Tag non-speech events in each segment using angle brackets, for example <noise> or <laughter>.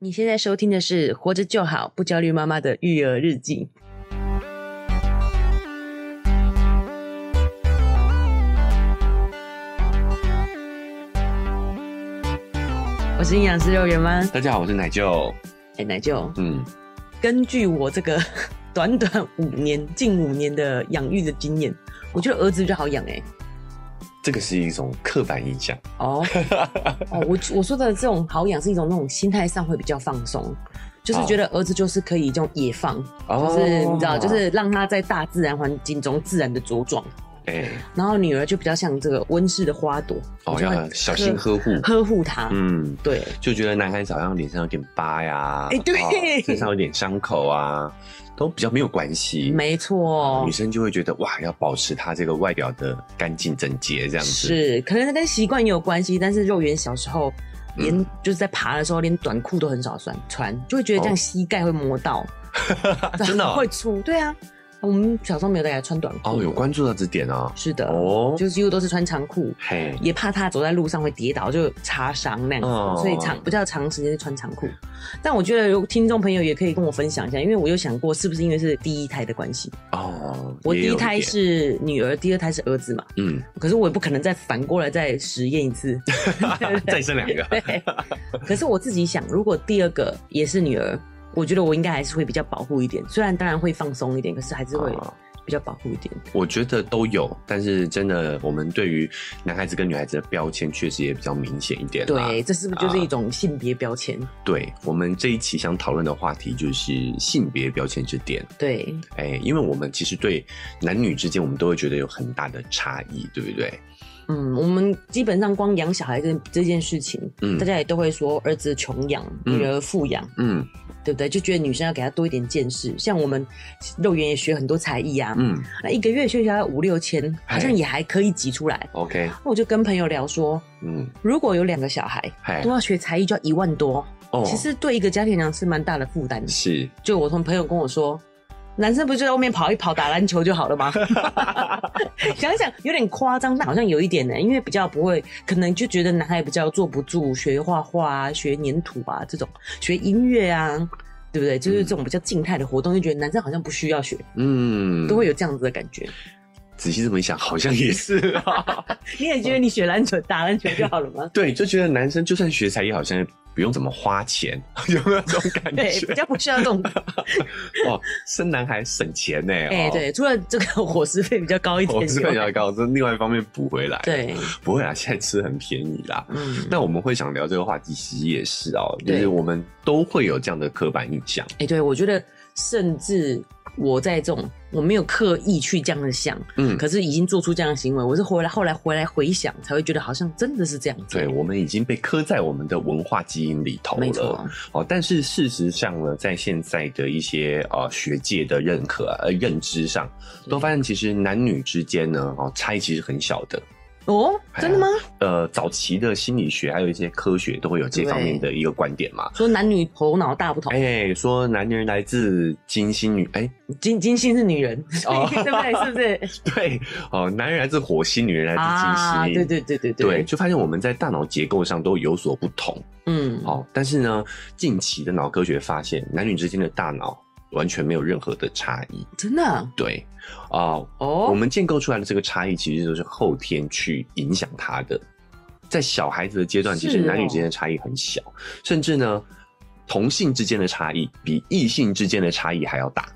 你现在收听的是《活着就好，不焦虑妈妈的育儿日记》。我是营养师肉圆妈，大家好，我是奶舅。哎，奶舅，嗯，根据我这个 <laughs> 短短五年、近五年的养育的经验，我觉得儿子比较好养哎、这个是一种刻板印象，哦哦，我我说的这种好养是一种那种心态上会比较放松，就是觉得儿子就是可以这种野放，就是你知哦道，就是让他在大自然环境中自然的茁壮。哎、然后女儿就比较像这个温室的花朵，哦，就要小心呵护。呵护她。嗯，对，就觉得男孩子好像脸上有点疤呀，哎对哦身上有点伤口啊，都比较没有关系。没错女，生就会觉得哇，要保持她这个外表的干净整洁这样子。，是可能跟习惯也有关系，但是肉圆小时候。嗯连就是在爬的时候，连短裤都很少穿，穿就会觉得这样哦膝盖会磨到， <laughs> 真的、 <laughs> 会哦。粗。对啊，我们小时候没有带他穿短裤。哦，有关注到这点哦。是的，哦就是几乎都是穿长裤，嘿，也怕他走在路上会跌倒，就擦伤那样子，哦所以长比较长时间是穿长裤。但我觉得有听众朋友也可以跟我分享一下，因为我有想过是不是因为是第一胎的关系，哦，我也第有一胎点，是女儿，第二胎是儿子嘛， <laughs> 嗯，可是我也不可能再反过来再实验一 <laughs> 次。再生两个，对，可是我自己想，如果第二个也是女儿，我觉得我应该还是会比较保护一点，虽然当然会放松一点，可是还是会哦比较保护一点。我觉得都有，但是真的，我们对于男孩子跟女孩子的标签确实也比较明显一点啦。对，这是不是就是啊一种性别标签？对我们这一期想讨论的话题就是性别标签这点。对，哎、因为我们其实对男女之间，我们都会觉得有很大的差异，对不对？嗯，我们基本上光养小孩这这件事情，嗯大家也都会说儿子穷养，嗯女儿富养，嗯对不对？就觉得女生要给她多一点见识。像我们肉圆也学很多才艺啊，嗯哎那一个月学下来五六千，好像嘿也还可以挤出来。 ，OK，那我就跟朋友聊说，嗯，如果有两个小孩嗨都，要学才艺，就要一万多，哎哦啊其实对一个家庭来讲是蛮大的负担。是，就我同朋友跟我说。男生不就在外面跑一跑、打篮球就好了 <laughs> 吗？想想有点夸张，但好像有一点呢、因为比较不会，可能就觉得男孩比较坐不住，学画画啊、学粘土啊这种，学音乐啊，对不对？就是这种比较静态的活动，就觉得男生好像不需要学，嗯，都会有这样子的感觉。仔细这么一想，好像也是、 <laughs> 啊，？你也觉得你学篮球、打篮球就好了吗对，就觉得男生就算学才艺，好像也不用怎么花钱， <laughs> 有没有这种感 <laughs> 对，比觉？较不需要动。 <laughs> 哦，生男孩省钱呢、哎、哦，对，除了这个 <laughs> 伙食费比较高一点 <laughs> 我是以比外，较高，这另外一方面补回来。，对，不会啦，啊现在吃很便宜啦。嗯，那我们会想聊这个话题，其实也是哦，就对是我们都会有这样的刻板印象。哎、对我觉得，甚至我在这种我没有刻意去这样的想，嗯，可是已经做出这样的行为，我是回来后来回来回想，才会觉得好像真的是这样子。对，，我们已经被刻在我们的文化基因里头没错了。，哦，但是事实上呢，在现在的一些呃学界的认可呃认知上，对都发现其实男女之间呢哦差异其实很小的。哦，真的吗？呃，早期的心理学还有一些科学都会有这方面的一个观点嘛。说男女头脑大不同哎、，说男人来自金星女，哎、金金星是女人，哦 <laughs> 对不对？ <laughs> 是不是？对哦，男人来自火星，女人来自金星，啊，对对对对对，，就发现我们在大脑结构上都有所不同。嗯，好、但是呢，近期的脑科学发现，男女之间的大脑完全没有任何的差异。真的啊对，啊、我哦，们建构出来的这个差异其实都是后天去影响他的。在小孩子的阶段，是其实男女哦之间的差异很小，甚至呢，同性之间的差异比异性之间的差异还要大。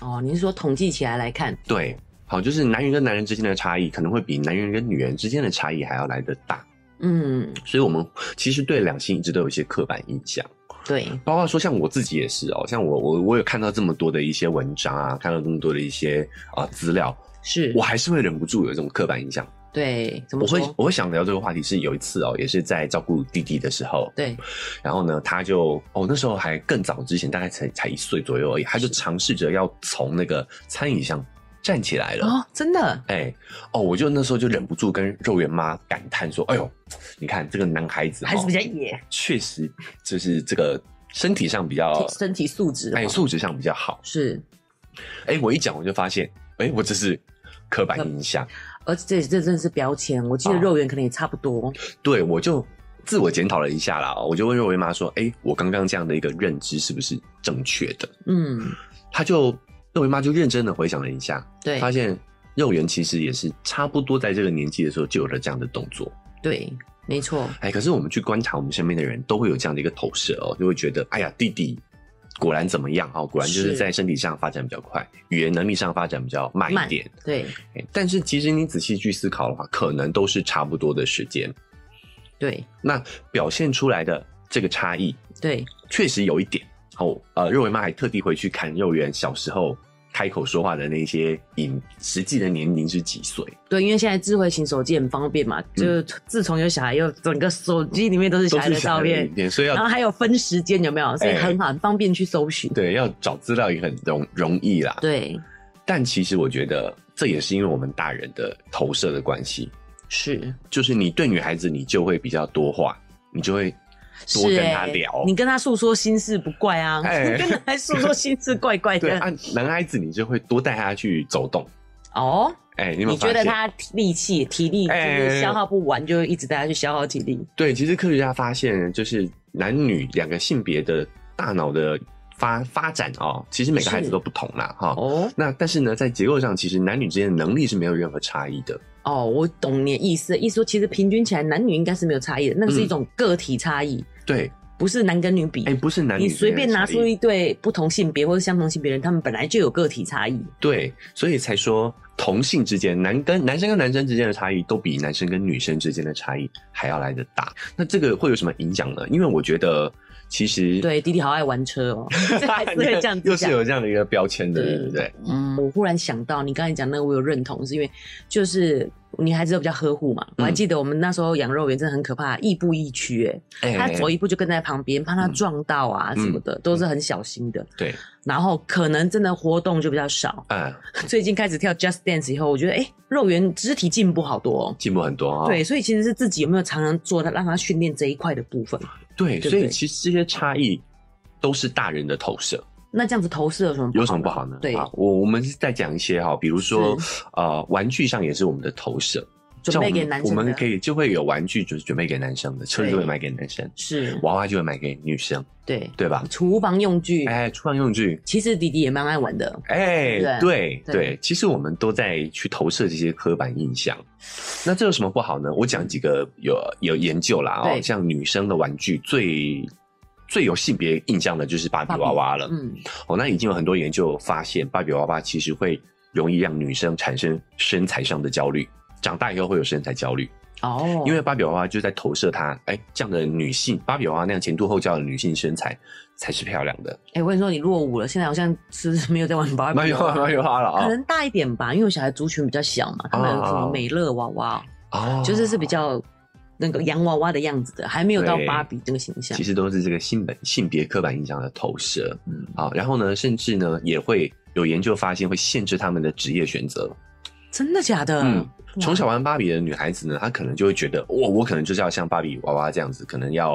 哦，您说统计起来来看，对，好，就是男人跟男人之间的差异，可能会比男人跟女人之间的差异还要来得大。嗯，所以我们其实对两性一直都有一些刻板印象，对，包括说像我自己也是哦，像我我我有看到这么多的一些文章啊，看到这么多的一些啊资、料，是我，还是会忍不住有这种刻板印象。对，怎我么会说？我会想聊这个话题是有一次哦，也是在照顾弟弟的时候，对，然后呢，他就哦那时候还更早之前，大概才才一岁左右而已，他就尝试着要从那个餐椅上站起来了。哦，真的，哎、哦，我就那时候就忍不住跟肉圆妈感叹说：“哎呦，你看这个男孩子、哦，还是比较野，确实就是这个身体上比较，身体素质的话哦哎，素质上比较好。是，哎，我一讲我就发现，哎，我这是刻板印象，而且这这真的是标签，我记得哦肉圆可能也差不多，对我就自我检讨了一下啦，我就问若薇妈说：“哎、我刚刚这样的一个认知是不是正确的嗯，？”她就若薇妈就认真的回想了一下，对发现肉圆其实也是差不多在这个年纪的时候就有了这样的动作。对，没错，哎，可是我们去观察我们身边的人都会有这样的一个投射哦，就会觉得，哎呀，弟弟果然怎么样哦，果然就是是在身体上发展比较快，语言能力上发展比较慢慢一点。对哎但是其实你仔细去思考的话，可能都是差不多的时间，对那表现出来的这个差异对，确实有一点哦。呃，肉圆妈还特地回去看肉圆小时候开口说话的那些影实际的年龄是几岁。对，因为现在智慧型手机很方便嘛，嗯就自从有小孩，又整个手机里面都是小都孩是的小照孩的片影，片，所以要然后还有分时间，有没有？所以很好，很方便去搜寻。对要找资料也很容容易啦。对，但其实我觉得这也是因为我们大人的投射的关系，是就是你对女孩子你就会比较多话，你就会多是跟欸她聊。你跟他诉说心事不怪啊，哎你 <laughs> 跟男孩诉说心事怪怪 <laughs> 对，啊的按、男孩子你就会多带她去走动。哦。哎、你有你没有发觉现？得他力气、体力就哎是消耗不完，就一直带他去消耗体力。对，其实科学家发现，就是男女两个性别的大脑的发发展哦，其实每个孩子是都不同啦，哈、哦那但是呢，在结构上，其实男女之间的能力是没有任何差异的。哦，我懂你的意思，意思说其实平均起来男女应该是没有差异的，那个是一种个体差异，对，不是男跟女比。嗯哎、不是男女你之间随的便差拿出异一对不同性别或者相同性别人，他们本来就有个体差异。对，所以才说同性之间，男跟男生跟男生之间的差异，都比男生跟女生之间的差异还要来得大。那这个会有什么影响呢？因为我觉得其实对，弟弟好爱玩车 <laughs> 哦，这还是会这样子又是讲。有这样的一个标签的，对不对？嗯，我忽然想到你刚才讲那个，我有认同，是因为就是女孩子都比较呵护嗯嘛。我还记得我们那时候养肉圆真的很可怕，亦步亦趋、欸，哎她走一步就跟在旁边，怕嗯她撞到啊什么的，都是很小心的。对，然后可能真的活动就比较少。嗯，最近开始跳 Just Dance 以后，我觉得哎、肉圆肢体进步好多哦。进步很多啊、哦。对，所以其实是自己有没有常常做，让她训练这一块的部分。对，对所以对其实这些差异都是大人的投射，那这样子投射有什么有什么不好呢？对好我我们再讲一些哈，比如说呃，玩具上也是我们的投射，准备给像男我生们的？我们可以就会有玩具，就是准备给男生的，车子对就会买给男生，是，娃娃就会买给女生，对，对吧？厨房用具。哎，厨房用具。其实弟弟也蛮爱玩的，哎、对对对对，其实我们都在去投射这些刻板印象。那这有什么不好呢？我讲几个有有研究啦哦，对像女生的玩具最最有性别印象的就是芭比娃娃了。嗯，哦，那已经有很多研究发现，芭比娃娃其实会容易让女生产生身材上的焦虑，长大以后会有身材焦虑，哦，因为芭比娃娃就在投射她，哎，这样的女性，芭比娃娃那样前凸后翘的女性身材才是漂亮的。哎、我跟你说，你落伍了，现在好像是没有在玩芭比芭比娃娃，芭比娃娃了可啊、能大一点吧，因为我小孩族群比较小嘛，他们有什么美乐娃娃，哦，就是是比较那个洋娃娃的样子的，还没有到对芭比这个形象其。实都是这个性本性别刻板印象的投射。嗯好，然后呢，甚至呢也会有研究发现会限制他们的职业选择。真的假的？嗯哇从小玩芭比的女孩子呢，她可能就会觉得，哦我我可能就是要像芭比娃娃这样子，可能要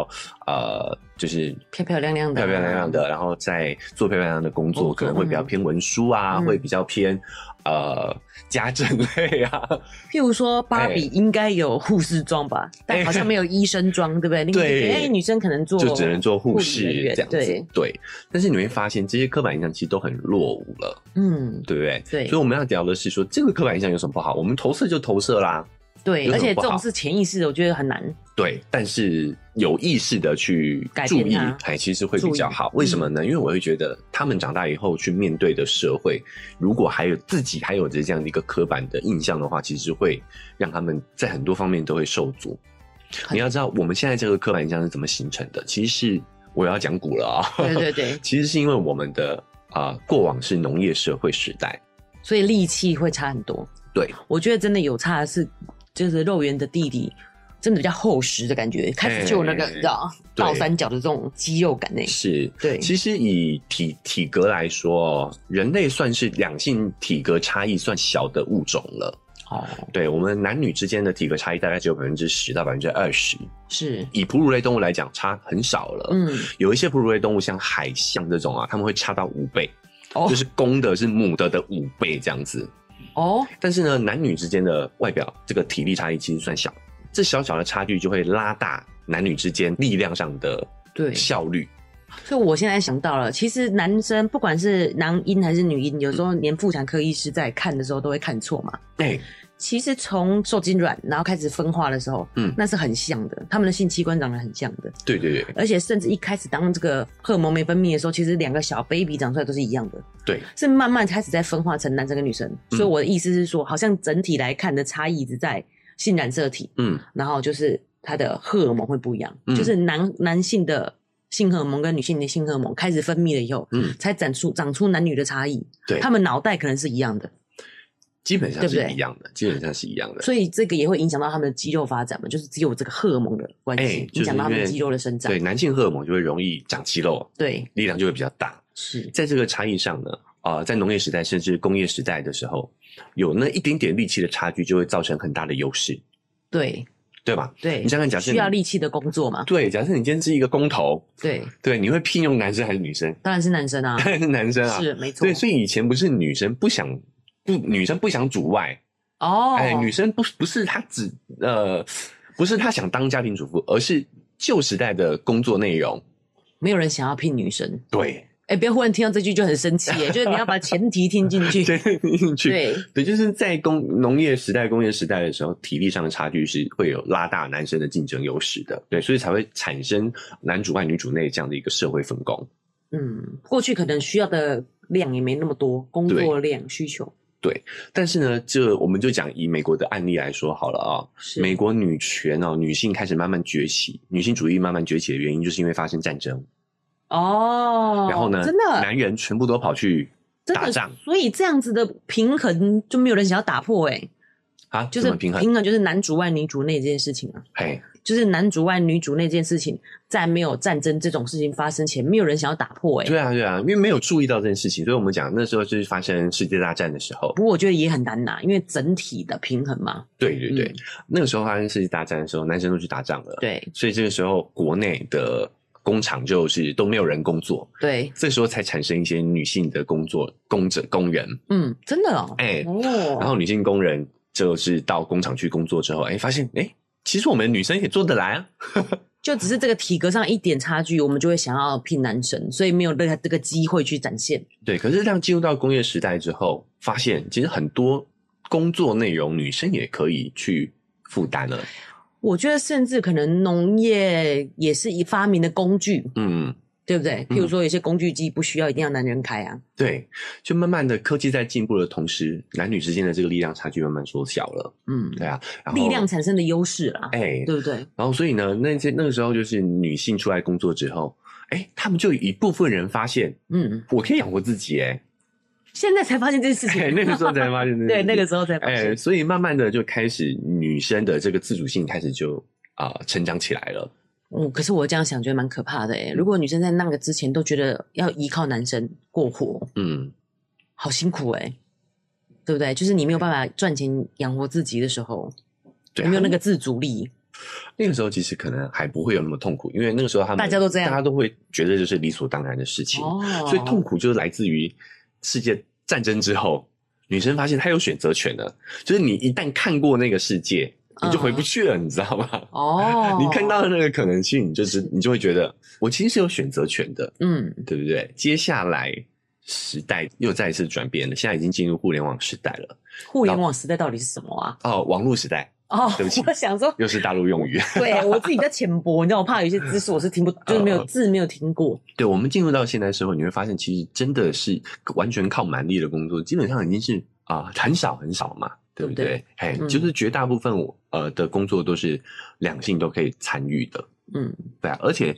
呃，就是漂漂亮亮的啊漂漂亮亮的，然后再做漂漂亮亮的工作，工作可能会比较偏文书啊，嗯会比较偏呃家政类啊，譬如说芭比哎应该有护士装吧，但好像没有医生装，对不 <laughs> 对？你可能对觉得哎、女生可能做就只能做护理人士员这样对子，。对，但是你会发现这些刻板印象其实都很落伍了。嗯，对不对？对所以我们要聊的是说，这个刻板印象有什么不好？我们投射就投射啦，对，有什而么且不这好种是潜意识的，我觉得很难。对。但是有意识的去改注变意它，哎，其实会比较注好。意嗯为什么呢？因为我会觉得，他们长大以后去面对的社会，如果还有自己还有着这样的一个刻板的印象的话，其实会让他们在很多方面都会受阻。很你要知道，我们现在这个刻板印象是怎么形成的？其实是我要讲古了啊、对对 <laughs> 对，其实是因为我们的啊、过往是农业社会时代，所以力气会差很多。对，我觉得真的有差的是，就是肉圆的弟弟真的比较厚实的感觉，开始就有那个哎你知道对倒三角的这种肌肉感呢。哎是对其实以体体格来说，哦，人类算是两性体格差异算小的物种了。哦，对我们男女之间的体格差异大概只有百分之十到百分之二十，是，以哺乳类动物来讲，差很少了。嗯，有一些哺乳类动物，像海象这种啊，它们会差到五倍，哦就是公的是母的的五倍这样子。哦，但是呢，男女之间的外表这个体力差异其实算小，这小小的差距就会拉大男女之间力量上的对效率。所以我现在想到了，其实男生不管是男婴还是女婴，有时候连妇产科医师在看的时候都会看错嘛。哎、其实从受精卵然后开始分化的时候，嗯嗯，那是很像的，他们的性器官长得很像的，对对对而且甚至一开始当这个荷尔蒙没分泌的时候，其实两个小 baby 长出来都是一样的，对，是慢慢开始在分化成男生跟女生。所以我的意思是说，好像整体来看的差异一直在性染色体，嗯然后就是它的荷尔蒙会不一样，嗯就是男男性的性荷尔蒙跟女性的性荷尔蒙开始分泌了以后，嗯，才长出长出男女的差异。对他们脑袋可能是一样的，基本上对不是对一样的，基本上是一样的。所以这个也会影响到他们的肌肉发展嘛，就是只有这个荷尔蒙的关系，哎就是影响到他们因的为肌肉的生长对，。男性荷尔蒙就会容易长肌肉，对，力量就会比较大。是，在这个差异上呢，啊、在农业时代甚至工业时代的时候，有那一点点力气的差距，就会造成很大的优势，对对吧？对，你想想，假设需你要力气的工作嘛，对，假设你今天是一个工头，对，对，你会聘用男生还是女生？ <laughs> 当然是男生啊，当然是男生啊。是没错对，，所以以前不是女生不想不女生不想主外，哦，哎，女生不不是她只呃不是她想当家庭主妇，而是旧时代的工作内容。没有人想要聘女生。对，哎，不要忽然听到这句就很生气耶，就是你要把前提听进 <laughs> 去。 <laughs> 对，进去对，对，就是在工农业时代、工业时代的时候，体力上的差距是会有拉大男生的竞争优势的，对，所以才会产生男主外女主内这样的一个社会分工。嗯，过去可能需要的量也没那么多，工作量需求但是呢，这我们就讲以美国的案例来说好了啊、是美国女权哦，女性开始慢慢崛起，女性主义慢慢崛起的原因，就是因为发生战争，哦。然后呢，真的男人全部都跑去真打的仗，所以这样子的平衡就没有人想要打破哎、啊，就怎是么平衡，平衡就是男主外女主内这件事情啊，嘿，就是男主外女主内这件事情，在没有战争这种事情发生前，没有人想要打破哎、对啊，对啊，因为没有注意到这件事情，所以我们讲那时候就是发生世界大战的时候，不过我觉得也很难拿，因为整体的平衡嘛。对对对，嗯那个时候发生世界大战的时候，男生都去打仗了，，对所以这个时候国内的工厂就是都没有人工作，对，这时候才产生一些女性的工作工者工人，嗯，真的哦。哎然哦，后女性工人就是到工厂去工作之后，哎，发现哎，其实我们女生也做得来啊，就只是这个体格上一点差距，我们就会想要聘男神，所以没有这个这个机会去展现。对。可是当进入到工业时代之后，发现其实很多工作内容女生也可以去负担了，我觉得甚至可能农业也是一发明的工具，嗯。对不对？嗯譬如说，有些工具机不需要一定要男人开啊。对，就慢慢的科技在进步的同时，男女之间的这个力量差距慢慢缩小了。嗯，对啊，然后力量产生的优势啦，哎、对不对？然后所以呢，那些那个时候就是女性出来工作之后，哎、他们就有一部分人发现嗯，我可以养活自己、 <laughs> 现在才发现这件事哎、情，哎，那个时候才发现这件事 <laughs> 情，对，那个时候才发哎、现，所以慢慢的就开始女生的这个自主性开始就啊、成长起来了，嗯，可是我这样想觉得蛮可怕的嗯哎。如果女生在那个之前都觉得要依靠男生过活，嗯，好辛苦哎，对不对？就是你没有办法赚钱养活自己的时候，对、有啊，没有那个自主力？那个时候其实可能还不会有那么痛苦，因为那个时候他们大家都这样大家都会觉得这是理所当然的事情，哦，所以痛苦就是来自于世界战争之后，女生发现她有选择权了，就是你一旦看过那个世界，你就回不去了，你知道吗？嗯哦，你看到的那个可能性，你就是你就会觉得我其实是有选择权的，嗯。对不对？接下来时代又再一次转变了，现在已经进入互联网时代了，互联网时代到底是什么啊？哦，网络时代哦对不起，我想说，又是大陆用语。 <laughs> 对我自己在浅薄，你知道，我怕有一些知识我是听哦不，就是没有字没有听过。对我们进入到现代社会，你会发现其实真的是完全靠蛮力的工作，基本上已经是啊、很少很少嘛，对不对对？哎、嗯就是绝大部分我呃的工作都是两性都可以参与的，嗯，对啊。而且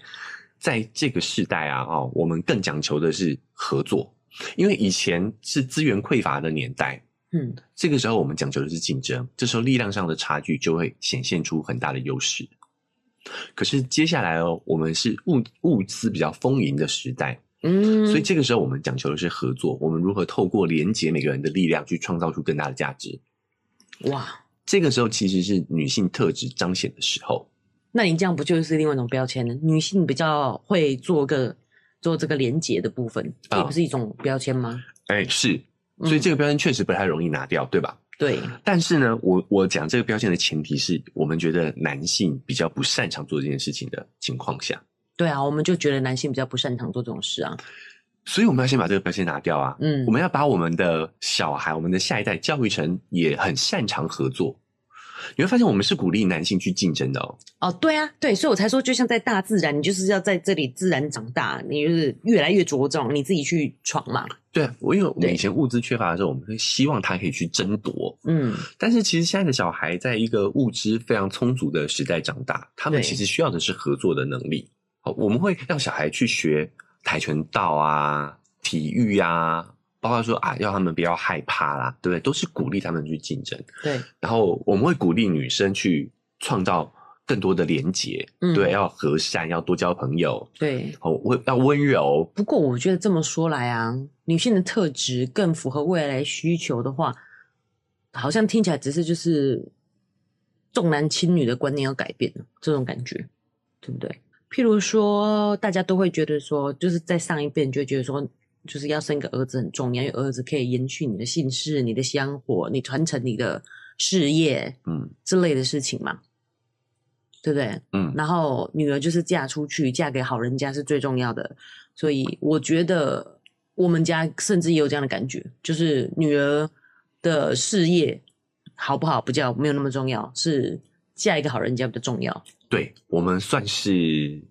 在这个时代啊，哦，我们更讲求的是合作，因为以前是资源匮乏的年代。嗯，这个时候我们讲求的是竞争，这时候力量上的差距就会显现出很大的优势。可是接下来哦，我们是物物资比较丰盈的时代，嗯，所以这个时候我们讲求的是合作，我们如何透过连接每个人的力量去创造出更大的价值。哇，这个时候其实是女性特质彰显的时候，那你这样不就是另外一种标签了？女性比较会做个做这个连结的部分，这啊也不是一种标签吗？哎，是，嗯所以这个标签确实不太容易拿掉，对吧？对，但是呢，我我讲这个标签的前提是我们觉得男性比较不擅长做这件事情的情况下，对啊，我们就觉得男性比较不擅长做这种事啊。所以我们要先把这个标签拿掉啊。嗯我，们要把我们的小孩、我们的下一代教育成也很擅长合作。你会发现，我们是鼓励男性去竞争的哦。哦，对啊，对，所以我才说，就像在大自然，你就是要在这里自然长大，你就是越来越茁壮，你自己去闯嘛。对啊，我因为我们对以前物资缺乏的时候，我们会希望他可以去争夺，嗯，但是其实现在的小孩在一个物资非常充足的时代长大，他们对其实需要的是合作的能力。好，我们会让小孩去学跆拳道啊、体育啊，包括说啊，要他们不要害怕啦，对不对？都是鼓励他们去竞争。对，然后我们会鼓励女生去创造更多的连结，嗯对，要和善，要多交朋友，对。好，温要温柔，不过我觉得这么说来啊，女性的特质更符合未来需求的话，好像听起来只是就是重男轻女的观念要改变了这种感觉，对不对？譬如说，大家都会觉得说，就是在上一辈你就会觉得说，就是要生个儿子很重要，因为儿子可以延续你的姓氏、你的香火、你传承你的事业嗯之类的事情嘛，对不对？嗯，然后女儿就是嫁出去，嫁给好人家是最重要的。所以我觉得我们家甚至也有这样的感觉，就是女儿的事业好不好不叫没有那么重要，是嫁一个好人家比较重要。对我们算是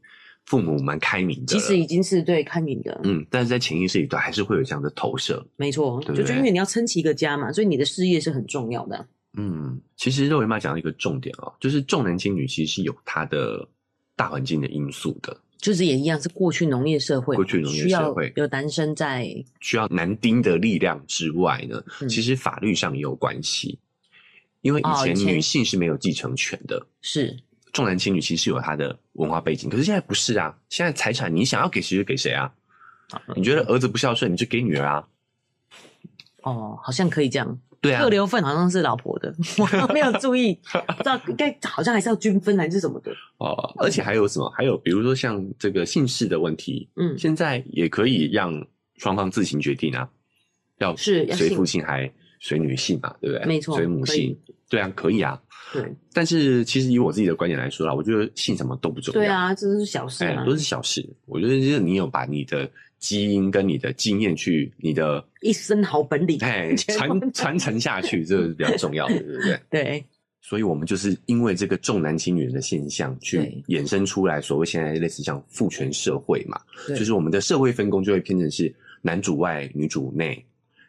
父母蛮开明的其了，实已经是对看你的，嗯，但是在潜意识里头还是会有这样的投射。没错，对就就因为你要撑起一个家嘛，所以你的事业是很重要的。嗯，其实肉圆妈讲到一个重点哦，就是重男轻女其实是有它的大环境的因素的，就是也一样是过去农业社会嘛，过去农业需要社会有男生在，需要男丁的力量之外呢，嗯其实法律上也有关系，因为哦以以前前女性是没有继承权的。是重男轻女其实是有它的文化背景，可是现在不是啊！现在财产你想要给谁就给谁啊！你觉得儿子不孝顺，你就给女儿啊？哦，好像可以这样。对啊特，留份好像是老婆的， <laughs> 我没有注意，不知道应该好像还是要均分还是什么的。哦，而且还有什么？还有比如说像这个姓氏的问题，嗯，现在也可以让双方自行决定啊，要是要随姓父姓还随女姓嘛，对不对？没错随母可以姓，对啊，可以啊。对但是其实以我自己的观点来说啦，我觉得姓什么都不重要，对，啊，这是小事哎、嘛都，是小事。我觉得就是你有把你的基因跟你的经验去你的一身好本 <laughs> 领。哎，传传承下去，这是比较重要的，对不对？对，所以我们就是因为这个重男轻女的现象，去对衍生出来所谓现在类似像父权社会嘛，对就是我们的社会分工就会变成是男主外女主内。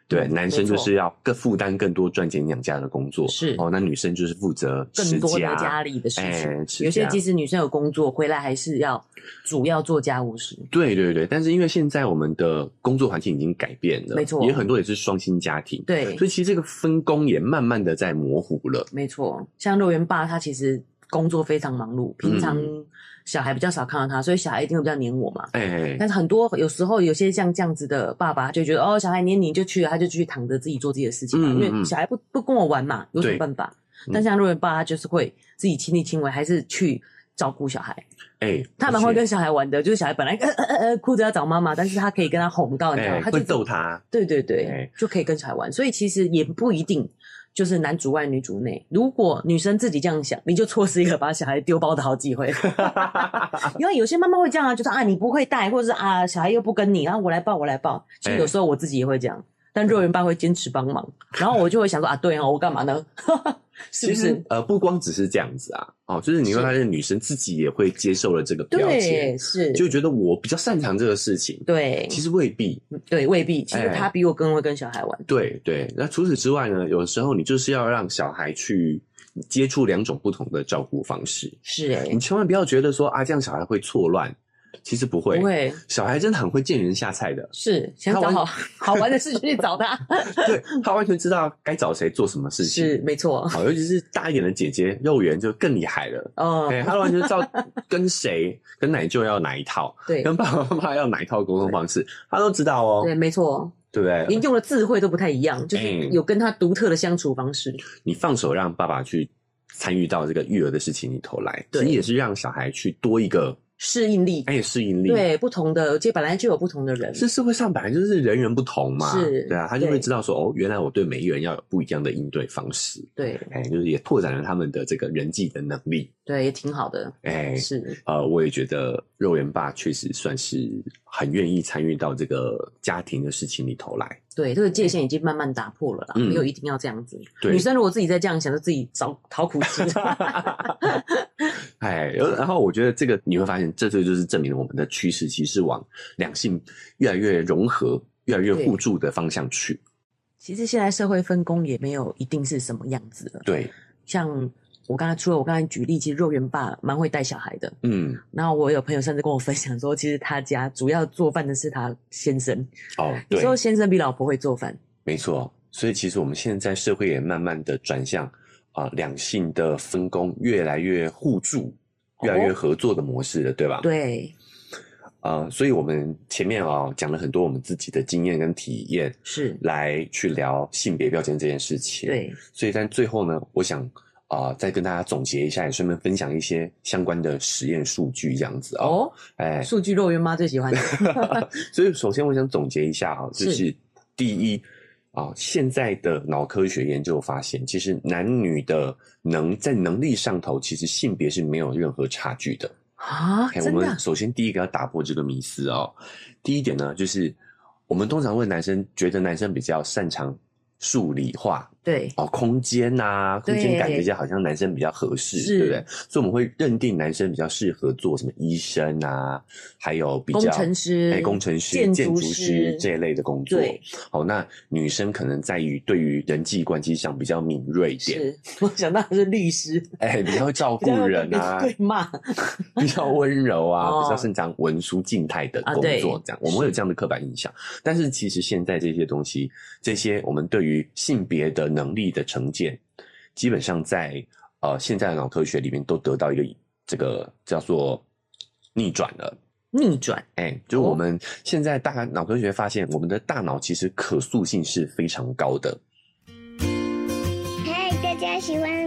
对，嗯男生没错就是要更负担更多赚钱养家的工作，是哦，那女生就是负责持更多的家，家里的事情，哎，持有些家即使女生有工作，回来还是要主要做家务事。对对对，但是因为现在我们的工作环境已经改变了，没错也很多也是双薪家庭，对所，以其实这个分工也慢慢的在模糊了。没错，像肉圆爸他其实工作非常忙碌，平常嗯小孩比较少看到他，所以小孩一定会比较黏我嘛。哎，但是很多有时候有些像这样子的爸爸就觉得哦，小孩黏你就去了，他就去躺着自己做自己的事情嘛，嗯因嗯为小孩不不跟我玩嘛，有什么对办法嗯？但像若元爸，他就是会自己亲力亲为，还是去照顾小孩。哎，他而蛮且会跟小孩玩的，就是小孩本来呃呃呃呃哭着要找妈妈，但是他可以跟他哄到，你知道哎吗？他就会逗他，对对对，哎就可以跟小孩玩。所以其实也不一定就是男主外女主内。如果女生自己这样想，你就错失一个把小孩丢包的好机会。 <laughs> 因为有些妈妈会这样啊，就是啊你不会带，或者是啊小孩又不跟你，然、后我来抱我来抱。其哎实有时候我自己也会这样，但若元爸会坚持帮忙，然后我就会想说啊对哦，我干嘛呢？ <laughs> 是不其是实？呃，不光只是这样子啊，哦，就是你会是发现女生自己也会接受了这个标签对，，是，就觉得我比较擅长这个事情，对嗯其实未必。对，未必。其实哎他比我更会跟小孩玩。对对，那除此之外呢，有时候你就是要让小孩去接触两种不同的照顾方式，是哎、你千万不要觉得说啊，这样小孩会错乱，其实不会，不会小孩真的很会见人下菜 <laughs> 的，是想找好 <laughs> 他玩好玩的事情去找 <laughs> 他，对他完全知道该找谁做什么事情。是没错。好，尤其是大一点的姐姐，肉圆就更厉害了。哦，哎、他完全知道跟谁、跟奶舅要哪一套，对跟爸爸妈妈要哪一套沟通方式，他都知道哦对，，没错，对不对啊连？用的智慧都不太一样，就是哎有跟他独特的相处方式。你放手让爸爸去参与到这个育儿的事情里头来，其对实也是让小孩去多一个适应力，哎，适应力，，对不同的，就本来就有不同的人，是社会上本来就是人员不同嘛，是对啊，他就会对知道说，哦，原来我对每一个人要有不一样的应对方式，对哎，就是也拓展了他们的这个人际的能力，对，也挺好的，哎，是呃，我也觉得肉圆爸确实算是很愿意参与到这个家庭的事情里头来，对，这个界限已经慢慢打破了啦，哎嗯没有一定要这样子。对女生如果自己再这样想，就自己找讨苦 <laughs> 吃。哎，呃然后我觉得这个你会发现，这就就是证明了我们的趋势其实是往两性越来越融合、越来越互助的方向去。 <laughs> 其实现在社会分工也没有一定是什么样子了，对，像。我刚才除了我刚才举例，其实肉圆爸蛮会带小孩的。嗯，然后我有朋友甚至跟我分享说，其实他家主要做饭的是他先生，哦，有对时，候先生比老婆会做饭。没错。所以其实我们现在社会也慢慢的转向啊、两性的分工越来越互助、越来越哦合作的模式了，对吧？。对，啊、所以我们前面啊、讲了很多我们自己的经验跟体验，是，来去聊性别标签这件事情。。对，所以，但最后呢，我想啊、再跟大家总结一下，也顺便分享一些相关的实验数据，这样子啊、哦，哎，数据肉圆妈最喜欢的， <laughs> 所以首先我想总结一下啊、就是是第一啊、现在的脑科学研究发现，其实男女的能在能力上头，其实性别是没有任何差距的。啊，哎，我真的们啊首先第一个要打破这个迷思哦。第一点呢，就是我们通常问男生，觉得男生比较擅长数理化，对，哦，空间呐、空间感对这些好像男生比较合适，是对不对？所以我们会认定男生比较适合做什么医生啊，还有比较工程师哎，工程师、建建筑筑师师这一类的工作。对，好，那女生可能在于对于人际关系上比较敏锐一点，是我想到的是律 <laughs> 师，哎，比较会照 <laughs> 比较会顾跟人别啊，对骂， <laughs> 比较温柔啊，哦比较擅长文书静态的啊工对作，这样我们会有这样的刻板印象。但是其实现在这些东西，这些我们对于性别的能力的成见，基本上在呃现在的脑科学里面都得到一个这个叫做逆转了。逆转哎、就是哦我们现在大脑科学发现，我们的大脑其实可塑性是非常高的。嗨，大家喜欢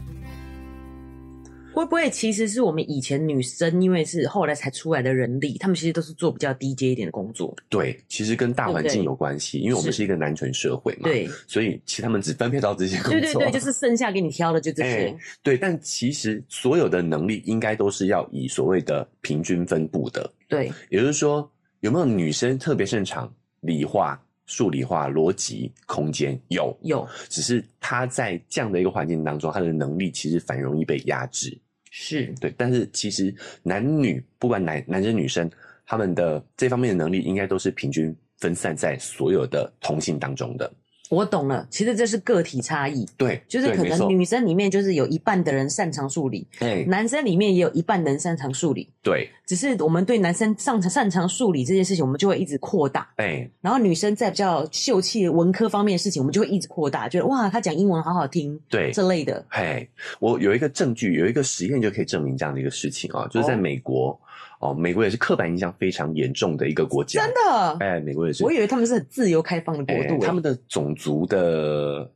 会不会其实是我们以前女生，因为是后来才出来的人力，她们其实都是做比较低阶一点的工作。对，其实跟大环境有关系，因为我们是是一个男权社会嘛，，对，所以其实他们只分配到这些工对作。对对，就是剩下给你挑的就这些哎。对但其实所有的能力应该都是要以所谓的平均分布的，对，也就是说，有没有女生特别擅长理化、数理化、逻辑、空间？有，有只是他在这样的一个环境当中，他的能力其实反容易被压制。是对，但是其实男女不管男男生女生，他们的这方面的能力应该都是平均分散在所有的同性当中的。我懂了。其实这是个体差异，对，就是对可没能错女生里面就是有一半的人擅长数理，哎，男生里面也有一半人擅长数理。对，只是我们对男生擅长擅长数理这件事情，我们就会一直扩大。哎，然后女生在比较秀气文科方面的事情，我们就会一直扩大，觉得哇，她讲英文好好听对，这类的。嘿，我有一个证据，有一个实验就可以证明这样的一个事情啊、就是在哦美国哦，美国也是刻板印象非常严重的一个国家。真的，哎，美国也是。我以为他们是很自由开放的国哎度、他们的种族的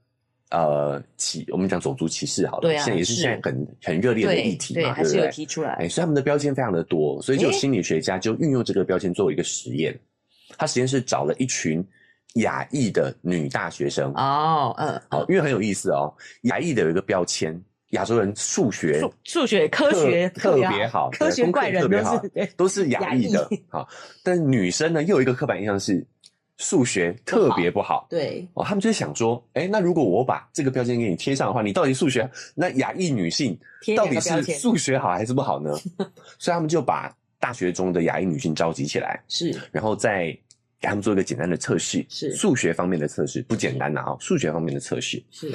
呃歧，我们讲种族歧视好了，对啊现在也是是现在很很热烈的议对题对嘛，还对是有不对？提出来。哎，所以他们的标签非常的多，所以就有哎心理学家就运用这个标签作为一个实验，他实验是找了一群亚裔的女大学生，哦，嗯，好、因为很有意思哦，亚裔的有一个标签，亚洲人数学数数学科特学啊特别好，科对学功课怪人特别好都是对都是亚裔的亚裔，好，但女生呢又有一个刻板印象是数学特别不好。对哦，他们就想说，哎，那如果我把这个标签给你贴上的话，你到底数学那亚裔女性贴到两底个标是签数学好还是不 <laughs> 好呢？所以他们就把大学中的亚裔女性召集起来，是然后再给他们做一个简单的测试，是数学方面的测试，不简单呐啊、哦，数学方面的测试。是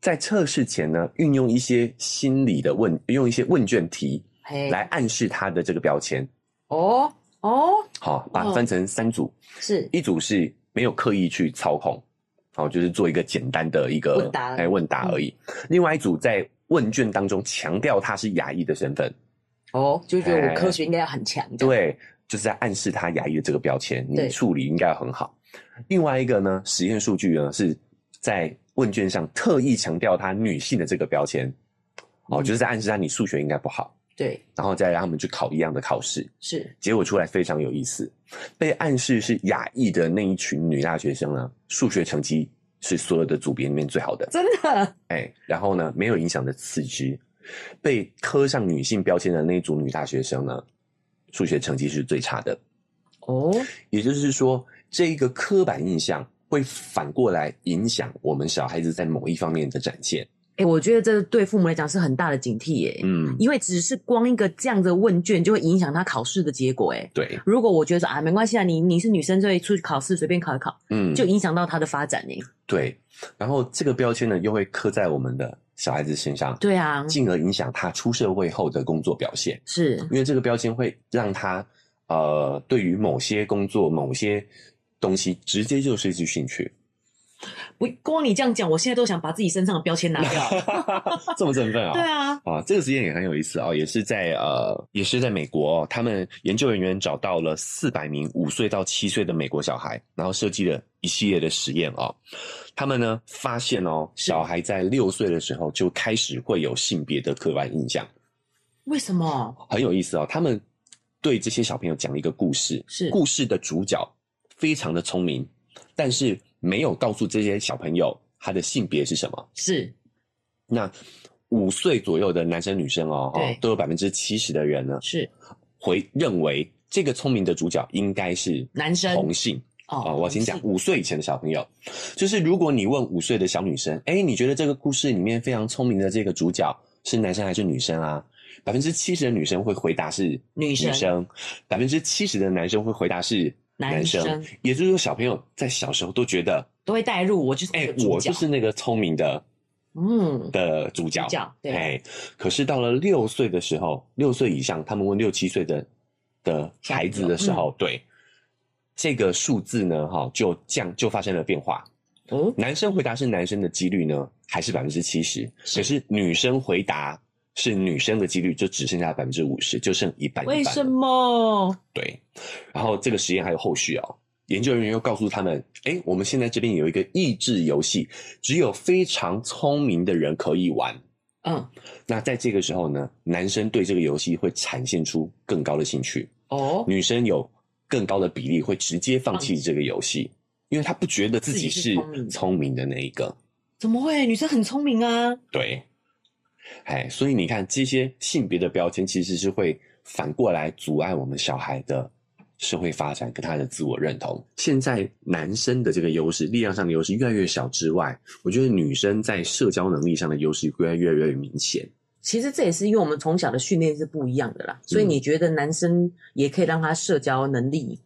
在测试前呢，运用一些心理的问，用一些问卷题嘿来暗示他的这个标签，哦哦哦好、把它分成三组，是一组是没有刻意去操控，哦，就是做一个简单的一个问答嗯哎问答而已。另外一组在问卷当中强调他是牙医的身份，哦，就觉得哎我科学应该要很强。，对，就是在暗示他牙医的这个标签，你对处理应该要很好。另外一个呢，实验数据呢是在问卷上特意强调他女性的这个标签，哦，嗯就是在暗示他你数学应该不好，对，然后再让他们去考一样的考试，是结果出来非常有意思。被暗示是亚裔的那一群女大学生呢，啊数学成绩是所有的组别里面最好的，真的哎，然后呢，没有影响的四肢，被刻上女性标签的那一组女大学生呢，数学成绩是最差的。哦，也就是说，这一个刻板印象会反过来影响我们小孩子在某一方面的展现。哎，我觉得这对父母来讲是很大的警惕耶，嗯，因为只是光一个这样的问卷就会影响他考试的结果，哎。对，如果我觉得说啊，没关系啊，你你是女生，所以出去考试随便考一考，嗯，就影响到她的发展呢、欸对。然后这个标签呢，又会刻在我们的小孩子身上，对啊，进而影响他出社会后的工作表现。是因为这个标签会让他呃，对于某些工作、某些东西直接就失去兴趣。 <laughs> 不光你这样讲，我现在都想把自己身上的标签拿 <laughs> 掉。这么振奋啊、对啊，啊，这个实验也很有意思哦，也是在呃，也是在美国、哦，他们研究人员找到了四百名五岁到七岁的美国小孩，然后设计了一系列的实验哦。他们呢发现哦，小孩在六岁的时候就开始会有性别的刻板印象，为什么？很有意思哦。他们对这些小朋友讲了一个故事，是故事的主角非常的聪明，但是没有告诉这些小朋友他的性别是什么。是那五岁左右的男生女生哦，对哈，都有百分之七十的人呢是，回认为这个聪明的主角应该是男生同性啊、哦，我先讲同性五岁以前的小朋友，就是如果你问五岁的小女生，哎，你觉得这个故事里面非常聪明的这个主角是男生还是女生啊？百分之七十的女生会回答是女生生，百分之七十的男生会回答是男生。生也就是说，小朋友在小时候都觉得，都会带入，我就是那哎个，主我角就是那个聪明的嗯的主角主。角对、哎，可是到了六岁的时候，六岁以上，他们问六七岁的的孩子的时候，嗯对这个数字呢，哈、就降就发生了变化。哦，男生回答是男生的几率呢，还是百分之七十？是可是女生回答是女生的几率就只剩下百分之五十，就剩一半一半。为什？么？对。然后这个实验还有后续哦。研究人员又告诉他们：“哎，我们现在这边有一个益智游戏，只有非常聪明的人可以玩。嗯那在这个时候呢，男生对这个游戏会产现出更高的兴趣，哦，女生有更高的比例会直接放弃这个游戏，因为她不觉得自己自己是是聪明的聪明的那一个。怎么会？女生很聪明啊，对，哎，所以你看这些性别的标签其实是会反过来阻碍我们小孩的。社会发展跟他的自我认同，现在男生的这个优势，力量上的优势越来越小之外，我觉得女生在社交能力上的优势会越来越明显。其实这也是因为我们从小的训练是不一样的啦，所以嗯你觉得男生也可以让他社交能力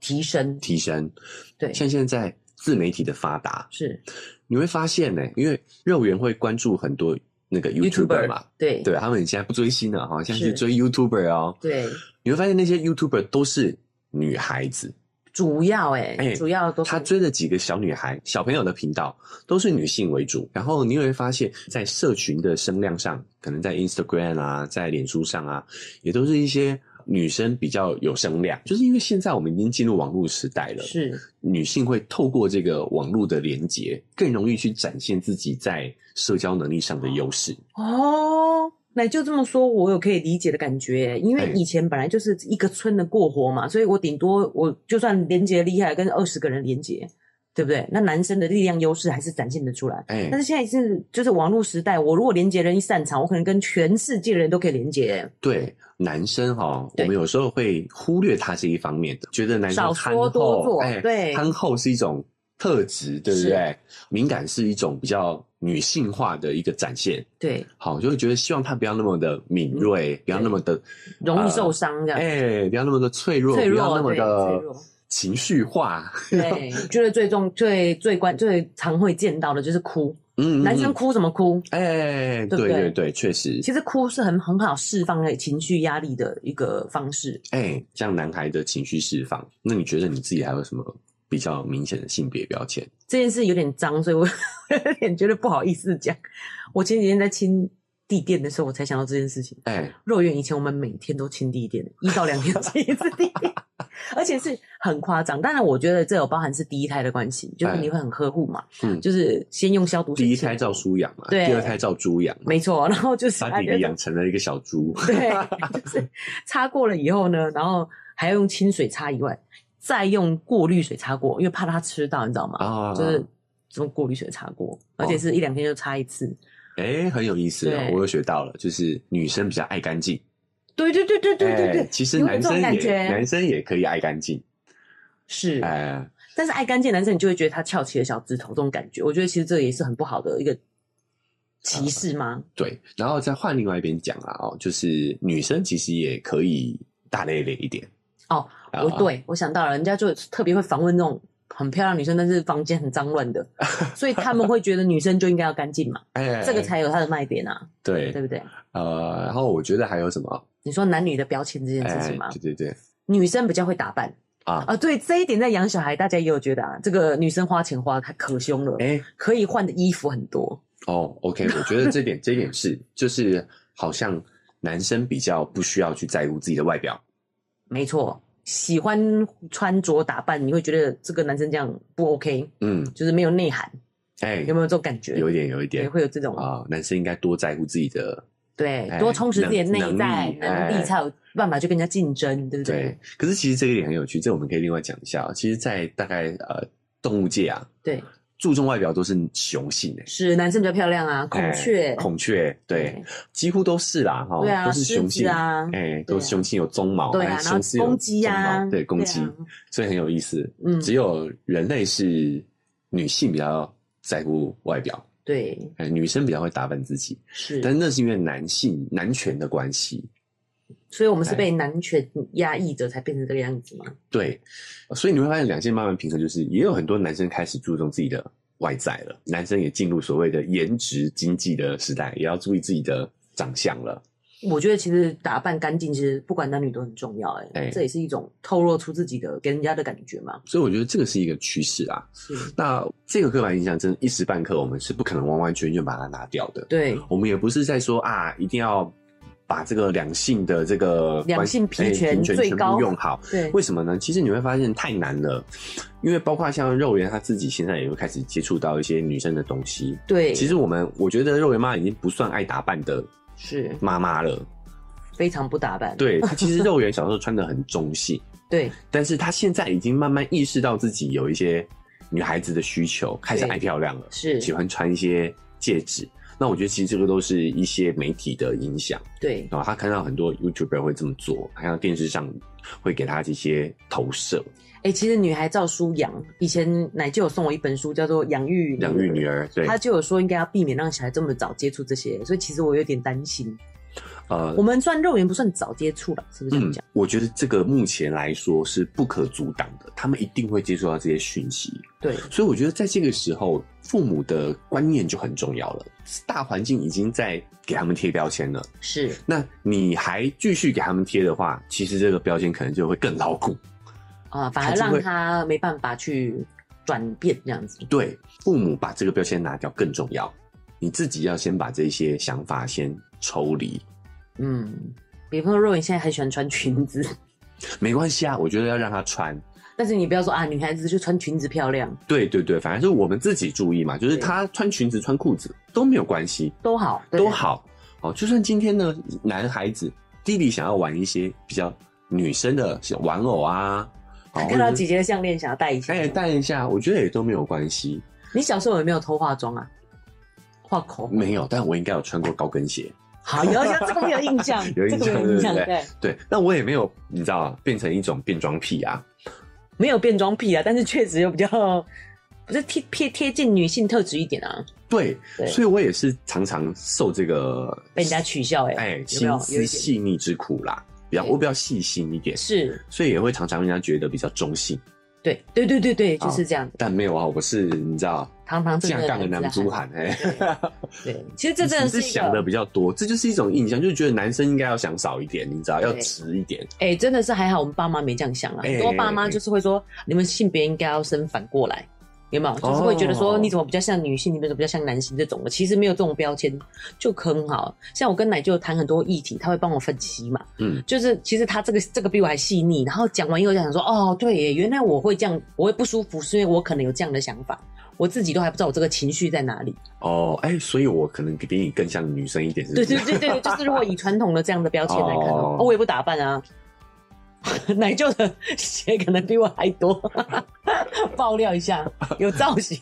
提升？提升。对像现在自媒体的发达，是你会发现呢、因为肉圆会关注很多那个 YouTuber 嘛，对对他们现在不追星了哈，现在去是追 YouTuber 哦。对，你会发现那些 YouTuber 都是女孩子，主要哎、哎主要都是她追了几个小女孩、小朋友的频道都是女性为主。然后你会发现，在社群的声量上，可能在 Instagram 啊，在脸书上啊，也都是一些女生比较有声量，就是因为现在我们已经进入网络时代了，是女性会透过这个网络的连接，更容易去展现自己在社交能力上的优势。哦。那就这么说，我有可以理解的感觉耶，因为哎以前本来就是一个村的过活嘛，所以我顶多我就算连接厉害，跟二十个人连接，对不对？那男生的力量优势还是展现得出来。哎、哦但是现在是就是网络时代，我如果连接人一擅长，我可能跟全世界的人都可以连接。对男生哈、我对们有时候会忽略他这一方面的，觉得男生少憨说多厚，做哎，对憨厚是一种特质，对不是对？敏感是一种比较女性化的一个展现。对，好，就会觉得希望他不要那么的敏嗯锐，不要那么的容易受伤这样。哎，不要那么的脆弱，脆弱不要那么对的脆弱情绪化。对，觉得最重、最最关、最常会见到的就是哭。嗯，嗯男生嗯哭怎么哭？哎，对不对对对对，确实，其实哭是很很好释放的情绪压力的一个方式。哎、像男孩的情绪释放，那你觉得你自己还有什么比较明显的性别标签。这件事有点脏，所以我 <laughs> 我有点觉得不好意思讲。我前几天在清地垫的时候，我才想到这件事情。哎、肉圆以前我们每天都清地垫，一到两天清一次 <laughs> 地垫，而且是很夸张。当然，我觉得这有包含是第一胎的关系，就是你会很呵护嘛，嗯，就是先用消毒水哎第一清胎理照舒养嘛，对第二胎照猪养嘛，没错，然后就是把弟弟养成了一个小猪。对， <laughs> 就是擦过了以后呢，然后还要用清水擦以外，再用过滤水擦过，因为怕它吃到，你知道吗？ <laughs> 啊，哦就是用过滤水擦过，而且是一两天就擦一次。哎、很有意思哦，对我又学到了，就是女生比较爱干净，对对对对对对对，哎其实有没有男这种生感也觉男生也可以爱干净，是，哎、但是爱干净的男生，你就会觉得他翘起了小指头这种感觉。我觉得其实这也是很不好的一个歧视吗？对，然后再换另外一边讲啦，哦，就是女生其实也可以大咧咧一点，哦，啊我对我想到了，人家就特别会访问那种很漂亮女生，但是房间很脏乱 <laughs> 的，所以他们会觉得女生就应该要干净嘛，哎、这个才有它的卖点啊，对对不对？呃，然后我觉得还有什么，你说男女的标签这件事情吗？对对对，女生比较会打扮哎啊，啊，对这一点在养小孩，大家也有觉得啊，这个女生花钱花得太可凶了，哎、可以换的衣服很多。哦，OK，我觉得这点这点是，就是好像男生比较不需要去在乎自己的外表，没错，喜欢穿着打扮，你会觉得这个男生这样不 OK，嗯，就是没有内涵，哎、有没有这种感觉？有一点有一也点会有这种，啊、男生应该多在乎自己的对哎，多充实自己的内能在能力能力，哎才有办法去跟人家竞争，对不对对？，可是其实这个也很有趣，这我们可以另外讲一下哦。其实，在大概呃动物界啊，对，注重外表都是雄性诶、是男生比较漂亮啊，孔雀哎，孔雀，对，，几乎都是啦，哈、对啊，都是狮雄子性，啊，哎、都是雄性有鬃毛，对啊哎然后雄性有公鸡啊鬃毛对，公对啊鸡，所以很有意思。嗯只有人类是女性比较在乎外表，对，哎、女生比较会打扮自己，是，但那是因为男性男权的关系，所以我们是哎被男权压抑着才变成这个样子嘛。对，所以你会发现两性慢慢平衡，就是也有很多男生开始注重自己的外在了，男生也进入所谓的颜值经济的时代，也要注意自己的长相了。我觉得其实打扮干净，其实不管男女都很重要、哎、哎这也是一种透露出自己的给人家的感觉嘛。所以我觉得这个是一个趋势啊。是，那这个刻板印象真的一时半刻我们是不可能完完全全把它拿掉的。对，我们也不是在说啊，一定要把这个两性的这个两关性平哎权平权最全高部用好。对，为什么呢？其实你会发现太难了，因为包括像肉圆他自己现在也会开始接触到一些女生的东西。对，其实我们我觉得肉圆妈已经不算爱打扮的是妈妈了。非常不打扮。对，她其实肉圆小时候穿的很中性，对，但是她现在已经慢慢意识到自己有一些女孩子的需求，开始爱漂亮了，是，喜欢穿一些戒指。那我觉得其实这个都是一些媒体的影响。对，然后他看到很多 YouTuber 会这么做，还有电视上会给他这些投射，哎、其实女孩照书养，以前奶就有送我一本书，叫做《养育养育女儿》。儿。对，他就有说应该要避免让小孩这么早接触这些，所以其实我有点担心。呃我，们算肉眼不算早接触了，是不是这样嗯讲？，我觉得这个目前来说是不可阻挡的，他们一定会接触到这些讯息，对，所以我觉得在这个时候，父母的观念就很重要了。大环境已经在给他们贴标签了，是那你还继续给他们贴的话，其实这个标签可能就会更牢固。啊、反他而就让会他没办法去转变这样子。对，父母把这个标签拿掉更重要，你自己要先把这些想法先抽离。嗯，比方说若你现在很喜欢穿裙子， <laughs> 没关系啊，我觉得要让他穿。但是你不要说啊，女孩子就穿裙子漂亮对对对，反正就是我们自己注意嘛，就是对他穿裙子、穿裤子都没有关系，都好，对都。好。哦，就算今天呢，男孩子弟弟想要玩一些比较女生的小玩偶啊，哦看到或者姐是姐的项链想要戴一下，哎戴一下，我觉得也都没有关系。你小时候有没有偷化妆啊？画口红？没有，但我应该有穿过高跟鞋。好，有有这个没有印象 <laughs> ，有印这象个没有印象，对不对对，对，但我也没有，你知道，变成一种变装癖啊。没有变装癖啊，但是确实有比较，不是贴贴贴近女性特质一点啊，对，对所以我也是常常受这个被人家取笑哎、哎有没心有？有思一点细腻之苦啦，比较对我比较细心一点，是所以也会常常让人家觉得比较中性。对对对对对，就好是这样的。但没有啊，我是你知道，堂堂正下正的杠的男子猪汉汉哎。 <laughs> 对，其实这真的是是一想的个，比较多，这就是一种印象，就是觉得男生应该要想少一点，你知道，要直一点。哎、真的是还好，我们爸妈没这样想啊。哎很多爸妈就是会说，你们性别应该要生反过来，有没有？就是会觉得说，哦你怎么比较像女性，你们怎么比较像男性这种的？其实没有这种标签，就很好。像我跟奶舅谈很多议题，他会帮我分析嘛。嗯，就是其实他这个这个比我还细腻。然后讲完以后，就想说，哦，对耶，原来我会这样，我会不舒服，是因为我可能有这样的想法，我自己都还不知道我这个情绪在哪里。哦，哎、所以我可能比你更像女生一点，是不对是？对对 <laughs> 对，就是如果以传统的这样的标签来看哦哦，哦我也不打扮啊。 <laughs> 奶舅的鞋可能比我还多， <laughs> 爆料一下，有造型，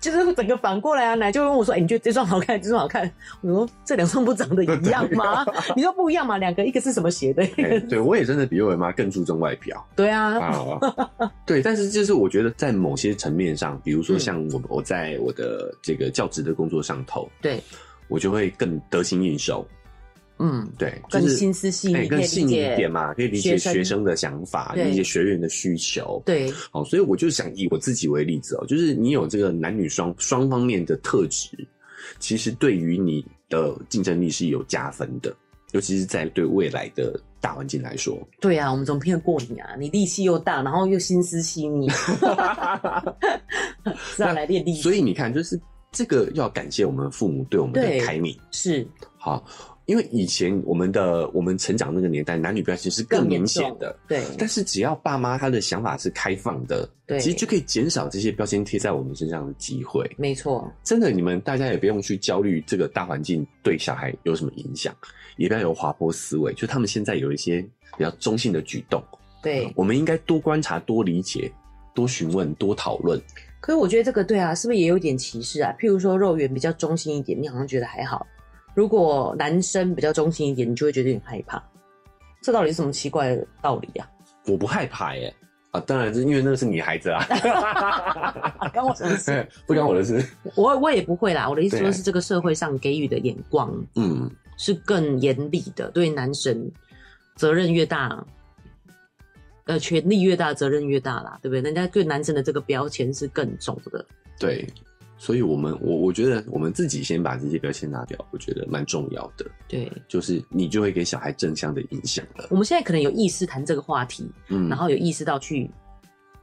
就是整个反过来啊。奶舅问我说：“哎、你觉得这双好看，这双好看？”我说：“这两双不长得一样吗？ <laughs> 你说不一样嘛？两个，一个是什么鞋的？一哎个对我也真的比我妈更注重外表 <laughs> 对啊， <laughs> 啊。对，但是就是我觉得在某些层面上，比如嗯说像我我在我的这个教职的工作上头，对，我就会更得心应手，嗯，对，就更是心思细哎腻，可更以细理腻解一点嘛，可以理解学生学生的想法，对理解学员的需求，对，好，所以我就想以我自己为例子哦，就是你有这个男女双双方面的特质，其实对于你的竞争力是有加分的，尤其是在对未来的大环境来说。对啊，我们怎么骗得过你啊？你力气又大，然后又心思细 <laughs> 腻，是啊要来练力气。所以你看，就是这个要感谢我们父母对我们对的开明。是好，因为以前我们的我们成长那个年代，男女标签是更更严明显重的。对但是只要爸妈他的想法是开放的，对其实就可以减少这些标签贴在我们身上的机会。没错，真的，你们大家也不用去焦虑这个大环境对小孩有什么影响，也不要有滑坡思维。就他们现在有一些比较中性的举动，对。我们应该多观察、多理解、多询问、多讨论。可是我觉得这个对啊，是不是也有点歧视啊？譬如说肉圆比较中性一点，你好像觉得还好；如果男生比较中性一点，你就会觉得有点害怕。这到底是什么奇怪的道理啊？我不害怕耶、啊，当然是因为那个是女孩子啊，啊，关我什么事？不关我的事。 <laughs> 我我也不会啦。我的意思对说啊是这个社会上给予的眼光嗯，是更严厉的，对男生责任越大，呃，权力越大，责任越大啦，对不对？人家对男生的这个标签是更重的。对，所以我们我我觉得我们自己先把这些标签拿掉，我觉得蛮重要的，对，就是你就会给小孩正向的影响了。我们现在可能有意识谈这个话题，嗯，然后有意识到去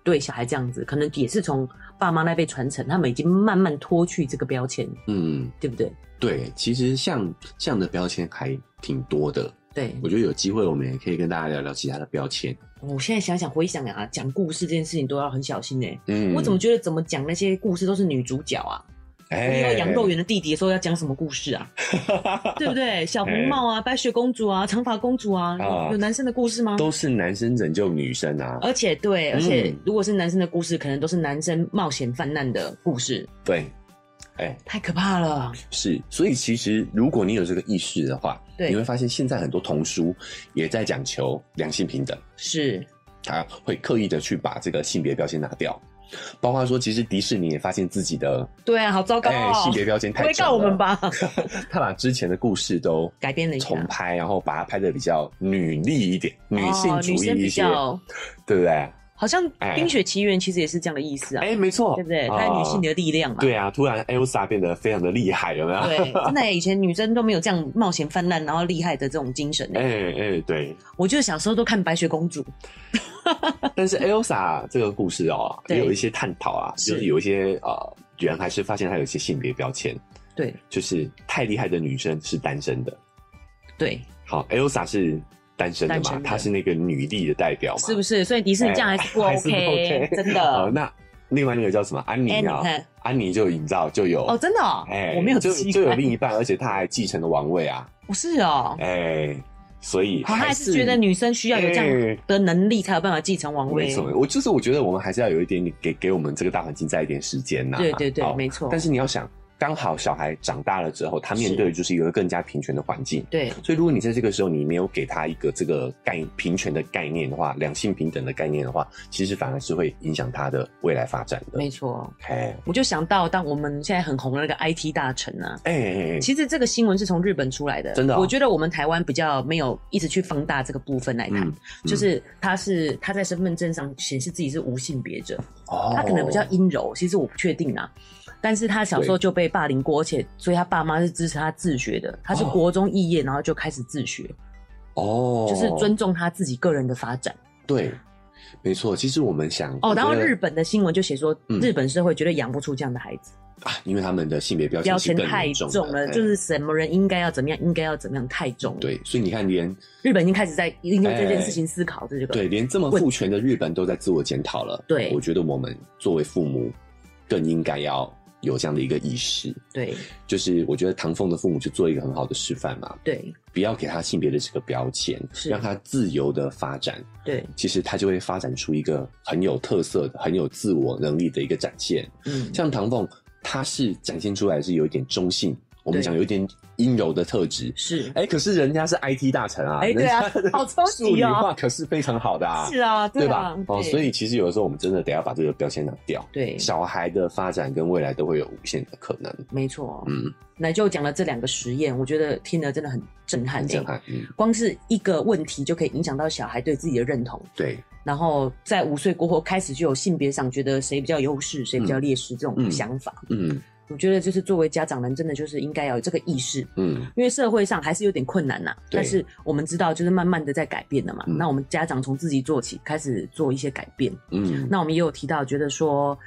对小孩这样子，可能也是从爸妈那辈传承，他们已经慢慢脱去这个标签，嗯。对不对？对，其实像这样的标签还挺多的。对，我觉得有机会我们也可以跟大家聊聊其他的标签。我现在想想回想啊，讲故事这件事情都要很小心哎、嗯我怎么觉得怎么讲那些故事都是女主角啊？哎我以后养肉圆的弟弟的时候要讲什么故事啊？对不 <laughs> 对？小红帽啊，白雪公主啊，长发公主啊，哎啊有有男生的故事吗？ <laughs> 都是男生拯救女生啊？而且对，而且嗯如果是男生的故事，可能都是男生冒险犯难的故事，对，哎、太可怕了。是。所以其实如果你有这个意识的话，对你会发现现在很多童书也在讲求两性平等，是，他会刻意的去把这个性别标签拿掉。包括说，其实迪士尼也发现自己的对啊，好糟糕哎、哦。性别标签不太会重告我了们 <laughs> 吧？他把之前的故事都改编了一下重拍，然后把它拍的比较女力一点，女性哦主女生义一比些，较，对不对？好像《哎冰雪奇缘》其实也是这样的意思啊，哎，没错，对不对？它有女性啊的力量嘛。对啊，突然 Elsa 变得非常的厉害，有没有？对，真的耶以前女生都没有这样冒险泛滥，然后厉害的这种精神耶。哎哎，对， <laughs> 我就是小时候都看《白雪公主》，但是 Elsa 这个故事哦，对也有一些探讨啊， <laughs> 是就是有一些呃人还是发现她有一些性别标签，对就是太厉害的女生是单身的，对，好，Elsa 是单身的单嘛身，的她是那个女力的代表嘛，是不是？所以迪士尼这样还是不哎还是不 OK， OK <laughs> 真好，的。那另外那个叫什么安妮哎，你啊？看，安妮就营造就有哦，真的哦哎，，我没有就期就有待，另一半，而且她还继承了王位啊，不是哦。哎，所以好，他还是觉得女生需要有这样哎的能力才有办法继承王没位错，。我就是我觉得我们还是要有一点点给给我们这个大环境再一点时间呐、对对对好没错但是你要想，刚好小孩长大了之后，他面是对的就是一个更加平权的环境。对，所以，如果你在这个时候你没有给他一个这个概平权的概念的话，两性平等的概念的话，其实反而是会影响他的未来发展的。没错。哎我就想到，当我们现在很红的那个 IT 大臣啊，哎哎，哎其实这个新闻是从日本出来的，真的哦我觉得我们台湾比较没有一直去放大这个部分来谈，嗯就是他是他在身份证上显示自己是无性别者，哦他可能比较阴柔，其实我不确定啊。但是他小时候就被霸凌过，而且所以他爸妈是支持他自学的。他是哦国中肄业，然后就开始自学，哦，就是尊重他自己个人的发展。对，没错。其实我们想哦，我觉然后得日本的新闻就写说，嗯日本社会绝对养不出这样的孩子，啊，因为他们的性别标标签签是呃更太严重重了，哎就是什么人应该要怎么样，应该要怎么样，太重了。，对。所以你看连，日本已经开始在因为这件事情思考这个。对连这么父权的日本都在自我检讨了。对我觉得我们作为父母，更应该要有这样的一个意识。对就是我觉得唐凤的父母就做一个很好的示范嘛，对不要给他性别的这个标签，是让他自由的发展，对，其实他就会发展出一个很有特色的、很有自我能力的一个展现。嗯，像唐凤，他是展现出来是有一点中性，我们对讲有一点阴柔的特质。是哎、可是人家是 IT 大臣啊，哎对啊人家 <laughs> 的好冲 <laughs> 数击理哦化可是非常好的啊，是啊，对啊吧？，哦，所以其实有的时候我们真的得要把这个标签拿掉，对，小孩的发展跟未来都会有无限的可能。没错。嗯，奶就讲了这两个实验，我觉得听了真的很震撼、很欸，震撼。嗯，光是一个问题就可以影响到小孩对自己的认同，对，然后在五岁过后开始就有性别上觉得谁比较优势，谁比较劣势这种嗯想法。嗯我觉得就是作为家长人，真的就是应该要有这个意识，嗯，因为社会上还是有点困难呐、对但是我们知道就是慢慢的在改变的嘛。嗯那我们家长从自己做起，开始做一些改变。嗯，那我们也有提到，觉得说，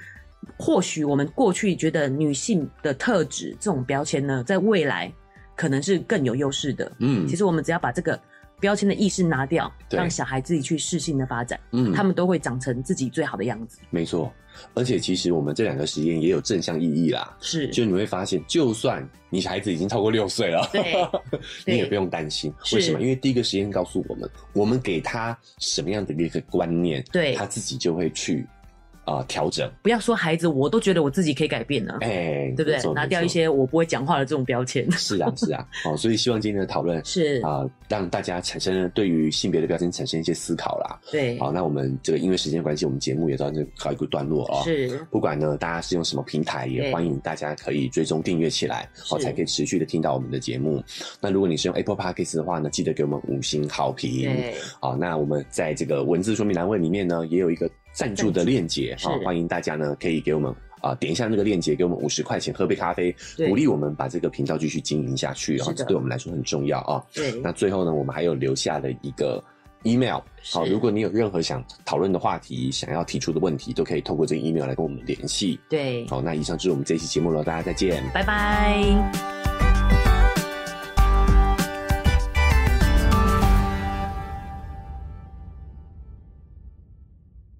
或许我们过去觉得女性的特质这种标签呢，在未来可能是更有优势的。嗯，其实我们只要把这个标签的意识拿掉，对让小孩自己去适性的发展，嗯，他们都会长成自己最好的样子。没错。而且其实我们这两个实验也有正向意义啦，是，就你会发现，就算你孩子已经超过六岁了，对你也对不用担心。是为什么？因为第一个实验告诉我们，我们给他什么样的一个观念，对他自己就会去啊调、整。不要说孩子，我都觉得我自己可以改变了，哎、对不没错对？拿掉一。没错些我不会讲话的这种标签。是啊，是啊，哦，所以希望今天的讨论是，啊、让大家产生了对于性别的标签产生一些思考啦。对，好，那我们这个因为时间关系，我们节目也到这告一个段落哦。是，不管呢，大家是用什么平台，也对欢迎大家可以追踪订阅起来，哦，是才可以持续的听到我们的节目。那如果你是用 Apple Podcast 的话呢，记得给我们五星好评。对，好、那我们在这个文字说明栏位里面呢，也有一个赞助的链接是哈、哦，欢迎大家呢可以给我们。啊、点一下那个链接，给我们五十块钱喝杯咖啡，对鼓励我们把这个频道继续经营下去是哦，的这对我们来说很重要啊、哦。对，那最后呢，我们还有留下了一个 email。好，是如果你有任何想讨论的话题，想要提出的问题，都可以透过这个 email 来跟我们联系。对，好，那以上就是我们这一期节目了，大家再见。拜拜。